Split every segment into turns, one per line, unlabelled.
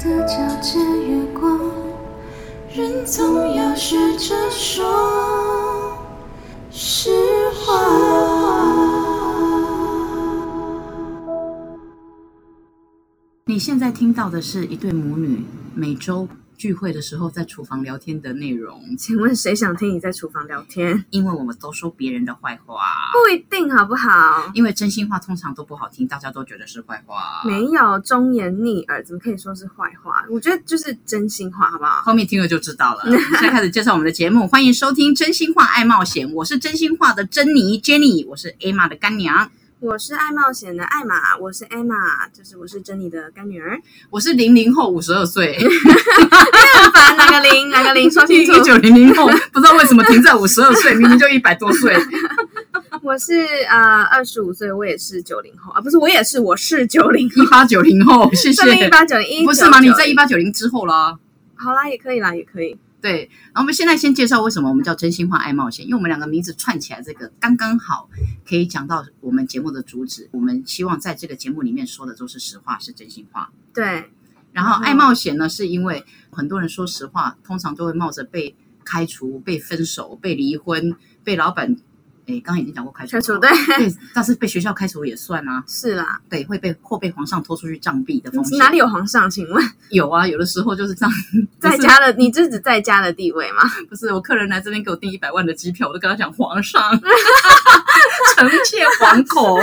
的皎洁月光，人总要学着说实话。
你现在听到的是一对母女每周聚会的时候在厨房聊天的内容，
请问谁想听你在厨房聊天？
因为我们都说别人的坏话，
不一定好不好？
因为真心话通常都不好听，大家都觉得是坏话。
没有忠言逆耳，怎么可以说是坏话？我觉得就是真心话，好不好？
后面听了就知道 了。现在开始介绍我们的节目，欢迎收听《真心话爱冒险》，我是真心话的珍妮 Jenny，我是 Emma 的干娘，
我是爱冒险的艾玛，我是 Emma，就是我是珍妮的干女儿。
我是零零后五十二岁，
正反哪个零？哪个零？说清楚
一。九零零后，不知道为什么停在五十二岁，明明就一百多 岁。
我是呃二十五岁，我也是九零后啊，不是我也是，我是九 零后
一。八九零后，谢
说明一
谢。
八九零一，
不是吗？你在一八九零之后啦。
好啦，也可以啦，也可以。
对，然后我们现在先介绍为什么我们叫真心话爱冒险，因为我们两个名字串起来，这个刚刚好可以讲到我们节目的主旨。我们希望在这个节目里面说的都是实话，是真心话。哦
对，
然后
嗯
爱冒险呢，是因为很多人说实话，通常都会冒着被开除、被分手、被离婚、被老板，诶，刚刚已经讲过开除
全
了，
组对，
对，但是被学校开除也算啊，
是啦。
对，会被或被皇上拖出去杖毙的风险。
哪里有皇上？请问
有啊？有的时候就是这样，不
在
是
家的你这指在家的地位吗？
不是我客人来这边给我订一百万的机票，我都跟他讲皇 上，臣妾惶恐，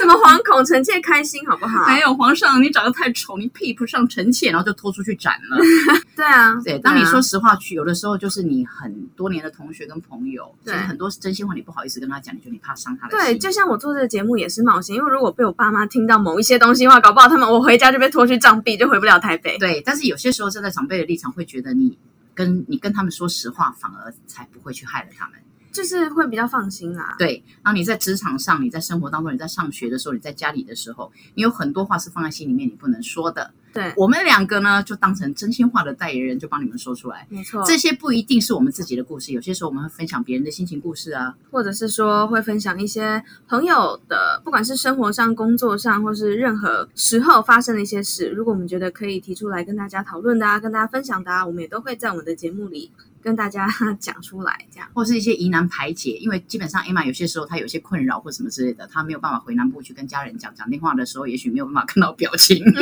什么惶恐，臣妾开心好不好？
没有皇上，你长得太丑，你配不上臣妾，然后就拖出去斩了。
对啊，
对，当你
啊
说实话去，有的时候就是你很多年的同学跟朋友，其
对
实很多真心话你不好意思跟他讲，你觉得你怕伤他的心。
对，就像我做这个节目也是冒险，因为如果被我爸妈听到某一些东西的话，搞不好他们我回家就被拖去杖毙，就回不了台北。
对，但是有些时候站在长辈的立场，会觉得你跟你跟他们说实话，反而才不会去害了他们。
就是会比较放心啦。
对，然后你在职场上，你在生活当中，你在上学的时候，你在家里的时候，你有很多话是放在心里面你不能说的。
对，
我们两个呢，就当成真心话的代言人，就帮你们说出来。
没错，
这些不一定是我们自己的故事，有些时候我们会分享别人的心情故事啊，
或者是说会分享一些朋友的，不管是生活上、工作上，或是任何时候发生的一些事，如果我们觉得可以提出来跟大家讨论的啊，跟大家分享的啊，我们也都会在我们的节目里跟大家讲出来。这样
或是一些疑难排解，因为基本上 Emma 有些时候她有些困扰或什么之类的，她没有办法回南部去跟家人讲，讲电话的时候也许没有办法看到表情，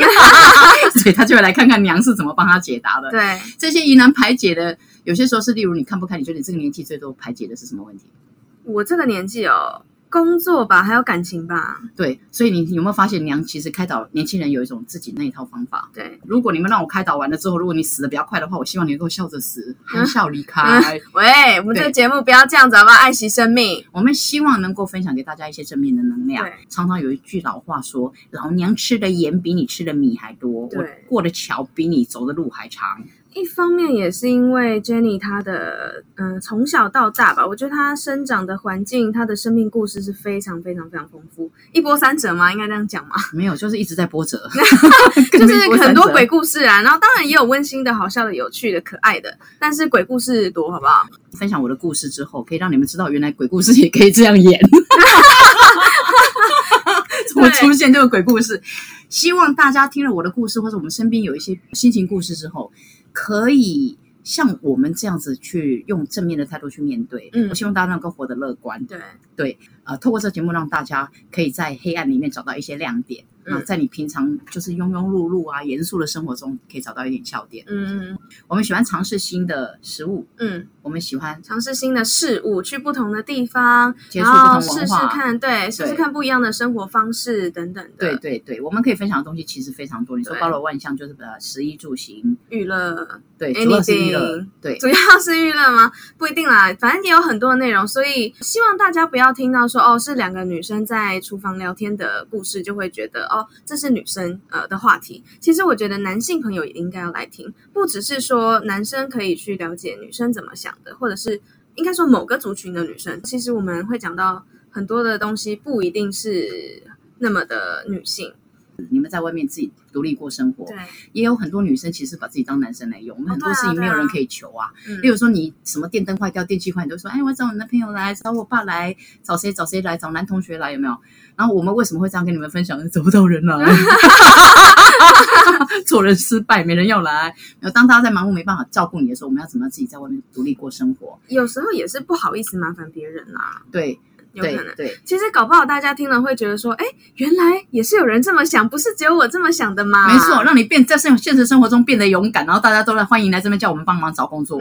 所以她就会来看看娘是怎么帮她解答的。
对，
这些疑难排解的，有些时候是例如你看不开，你觉得你这个年纪最多排解的是什么问题？
我这个年纪哦，工作吧，还有感情吧，
对，所以你有没有发现娘其实开导年轻人有一种自己那一套方法？
对
如果你们让我开导完了之后，如果你死的比较快的话，我希望你能够笑着死， 含笑离开。
喂，我们这个
对
节目不要这样子好不好？爱惜生命。
我们希望能够分享给大家一些正面的能量
对。
常常有一句老话说：“老娘吃的盐比你吃的米还多，
对
我过的桥比你走的路还长。
一方面也是因为 Jenny 她的嗯、呃从小到大吧，我觉得她生长的环境，她的生命故事是非常非常非常丰富，一波三折嘛，应该这样讲嘛，”
没有，就是一直在波折，
就是很多鬼
鬼。
故事啊，然后当然也有温馨的、好笑的、有趣的、可爱的，但是鬼故事多好不好？
分享我的故事之后，可以让你们知道，原来鬼故事也可以这样演。 怎么出现这个鬼故事？希望大家听了我的故事，或者我们身边有一些心情故事之后，可以像我们这样子去用正面的态度去面对。
嗯
我希望大家能够活得乐观，
对，
呃，透过这个节目让大家可以在黑暗里面找到一些亮点，
嗯
啊，在你平常就是庸庸碌碌啊、严肃的生活中，可以找到一点笑点。
嗯嗯
我们喜欢尝试新的食物，
嗯，
我们喜欢
尝试新的事物，去不同的地方，
接触
然
不同文化
后试试看，对，试试看不一样的生活方式等等
对
的
对对，我们可以分享的东西其实非常多。你说
对
包罗万象，就是呃，食衣住行，
娱乐。
对，主要是娱乐
Anything，
对
主要是娱乐吗？不一定啦，反正也有很多内容，所以希望大家不要听到说哦是两个女生在厨房聊天的故事，就会觉得哦这是女生呃的话题。其实我觉得男性朋友也应该要来听，不只是说男生可以去了解女生怎么想的，或者是应该说某个族群的女生。其实我们会讲到很多的东西，不一定是那么的女性。
你们在外面自己独立过生活，
对，
也有很多女生其实把自己当男生来用，我们很多
对啊
事情没有
对啊
人可以求啊。
嗯
例如说你什么电灯坏掉、电器坏，你都说哎，我找我男朋友来，找我爸来，找谁找谁来，找男同学来，有没有？然后我们为什么会这样跟你们分享？找不到人 来， 做人失败，没人要来。然后当大家在忙碌没办法照顾你的时候，我们要怎么样自己在外面独立过生活？
有时候也是不好意思麻烦别人啦、
对
有可
对
能。
对，
其实搞不好大家听了会觉得说，哎，原来也是有人这么想，不是只有我这么想的吗？
没错，，让你变在现现实生活中变得勇敢，然后大家都来欢迎来这边叫我们帮忙找工 作。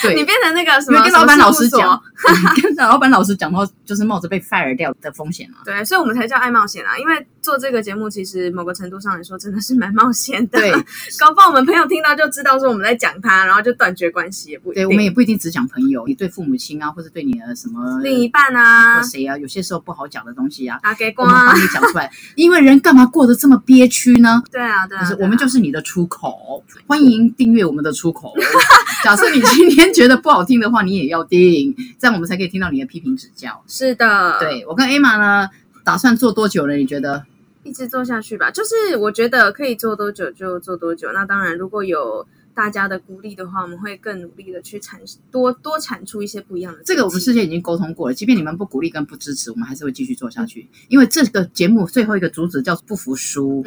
对，
你变成那个什
因
么
为跟老板
什么
老
事务
师
所
讲， 跟老板老师讲到就是冒着被 fire 掉的风险啊。
对，所以我们才叫爱冒险啊。因为做这个节目，其实某个程度上来说，真的是蛮冒险的。
对，
搞不好我们朋友听到就知道说我们在讲他，然后就断绝关系，也不一
对
定。
我们也不一定只讲朋友，你对父母亲啊，或者对你的什么
另一半啊
或，谁啊，有些时候不好讲的东西 啊，
打给
我
光
们
啊
帮，你讲出来，因为人干嘛过得这么憋屈 呢？
对啊，对
可
啊，
是
对啊
我们就是你的出口，欢迎订阅我们的出 口。假设你今天觉得不好听的话，你也要订，这样我们才可以听到你的批评指教。
是的，，
对我跟 Emma 呢，打算做多久了？你觉得？
一直做下去吧。就是我觉得可以做多久就做多久。那当然，如果有大家的鼓励的话，我们会更努力的去产多多产出一些不一样的东西。
这个我们事先已经沟通过了，即便你们不鼓励跟不支持，我们还是会继续做下去。因为这个节目最后一个主旨叫不服输，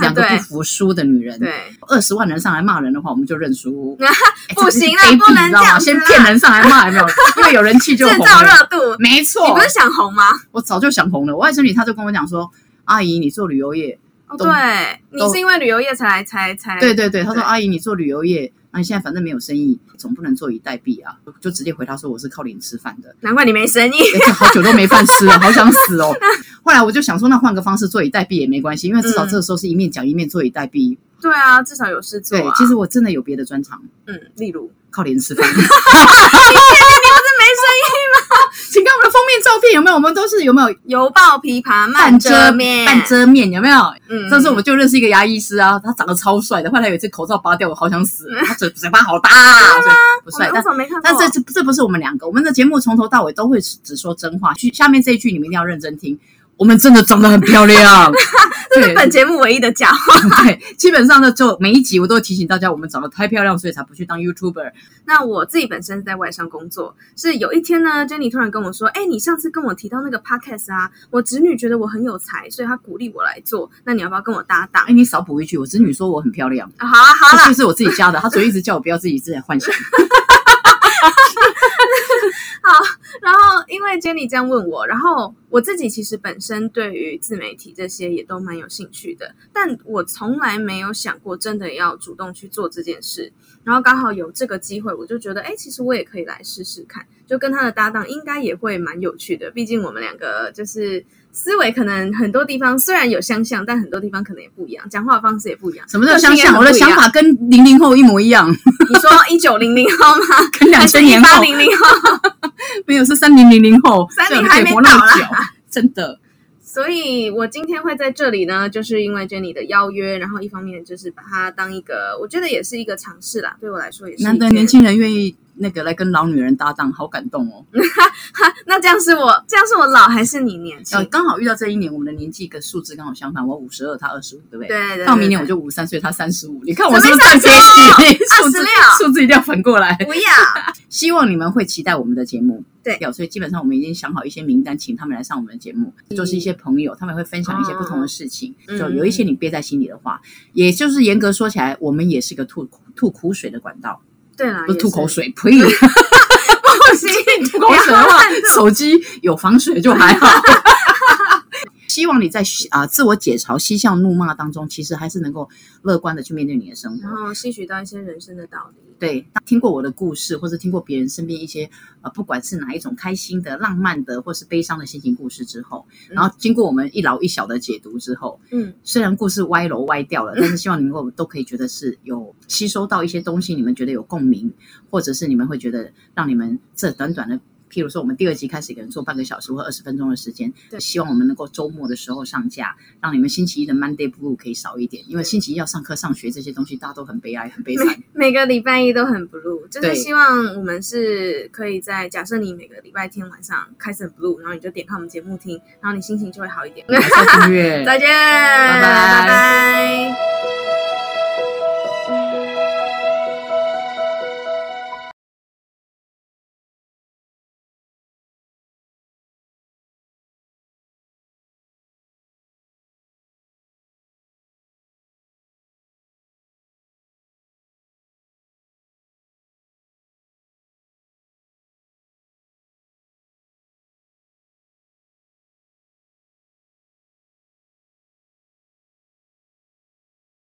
两个不
对
服输的女人。
对，
二十万人上来骂人的话，我们就认 输。哎
不行啦啊
这个是卑鄙
不能
你知道吗
这样子啦
先骗人上来骂，有没有？因为有人气就
制
红
造
了。
热度。
没
你
错
不，是想红吗？
我早就想红了。我外甥女她就跟我讲说：“阿姨，你做旅游业，
哦，
都
对，你
都
是因为旅游业才来才才
对对对。”她说：“
哎对
阿姨，你做旅游业，那、你现在反正没有生意，总不能坐以待毙啊。”就直接回她说：“我是靠脸吃饭的。”
难怪你没生意。
欸、这好久都没饭吃了，好想死哦。后来我就想说，那换个方式坐以待毙也没关系，因为至少
嗯
这个时候是一面讲一面坐以待毙。
对啊，至少有事做
对，
啊。
其实我真的有别的专长，
嗯，例如
靠脸吃 饭。 请看我们的封面照片，有没有？我们都是有没有
油爆琵琶
半
慢
遮
遮面，
半遮面，有没有？
嗯，
上次我们就认识一个牙医师啊，他长得超帅的，后来有一次口罩拔掉，我好想死，
嗯
他嘴嘴巴好大，啊所以不
我
帅
们。我
但
怎么没看过？
但这这这不是我们两个，我们的节目从头到尾都会只说真话。去下面这一句你们一定要认真听，我们真的长得很漂 亮。
这是本节目唯一的假话。
对，基本上呢，就每一集我都提醒大家，我们长得太漂亮，所以才不去当 YouTuber。
那我自己本身是在外商工作，是有一天呢，Jenny 突然跟我说：“哎、你上次跟我提到那个 podcast 啊，我侄女觉得我很有才，所以她鼓励我来做，那你要不要跟我搭档
哎，你少补一句，我侄女说我很漂亮，
啊？”好啊，好
这
啦，
句是我自己加的，她所以一直叫我不要自己自己幻想。
然后因为 Jenny 这样问我，然后我自己其实本身对于自媒体这些也都蛮有兴趣的，但我从来没有想过真的要主动去做这件事。然后刚好有这个机会，我就觉得，哎，其实我也可以来试试看。就跟他的搭档应该也会蛮有趣的，毕竟我们两个就是思维可能很多地方虽然有相像，但很多地方可能也不一样，讲话方式也不一样。
什么叫
个性
相
也
像？
很
我的
不一样
想，法跟零零后一模一样，
你说一九零零后吗？
跟两
还是
千年
八
后
零零后？
没有是三零零零后，
30
所以我们可以
还没
活那么
到啦
久，真的。
所以我今天会在这里呢，就是因为 Jenny 的邀约，然后一方面就是把它当一个，我觉得也是一个尝试啦，对我来 说也是一
难得
件
年。轻人愿意那个来跟老女人搭档，好感动哦。
哈，那这样是我这样是我老还是你年轻
呃，？刚好遇到这一年，我们的年纪跟数字刚好相反，我五十二，他二十五，对不对？
对对对，
到明年我
就
就五三岁，他三十五。你看我是不是太
怎
悲
么会
喜？
差这么多
数字
26
数字一定要反过 来。
不要。
希望你们会期待我们的节目。
对
有，所以基本上我们已经想好一些名单，请他们来上我们的节目，就是一些朋友，他们会分享一些不同的事情，
嗯
就有一些你憋在心里的话，也就是严格说起来，我们也是个吐吐苦水的管道，
对 啦，
不是
也
吐口，水，呸！
不行，
吐口水的话
不要乱，
手机有防水就还好。 希望你在啊、自我解嘲、嬉笑怒骂当中，其实还是能够乐观的去面对你的生活
然。后吸取到一些人生的道理。
对，听过我的故事，或者听过别人身边一些呃，不管是哪一种开心的、浪漫的，或是悲伤的心情故事之后，
嗯
然后经过我们一老一小的解读之后，
嗯，
虽然故事歪楼歪掉了，但是希望你们够都可以觉得是有吸收到一些东西，你们觉得有共鸣，或者是你们会觉得让你们这短短的。譬如说我们第二集开始，一个人做半个小时或二十分钟的时间，
对
希望我们能够周末的时候上架，让你们星期一的 Monday Blue 可以少一点，因为星期一要上课、上学这些东西，大家都很悲哀、很悲惨。
每个礼拜一都很 blue，就是
对
希望我们是可以在假设你每个礼拜天晚上开始很 blue，然后你就点开我们节 目听，然后你心情就会好一点。
还是要订阅，
再见，
拜
拜拜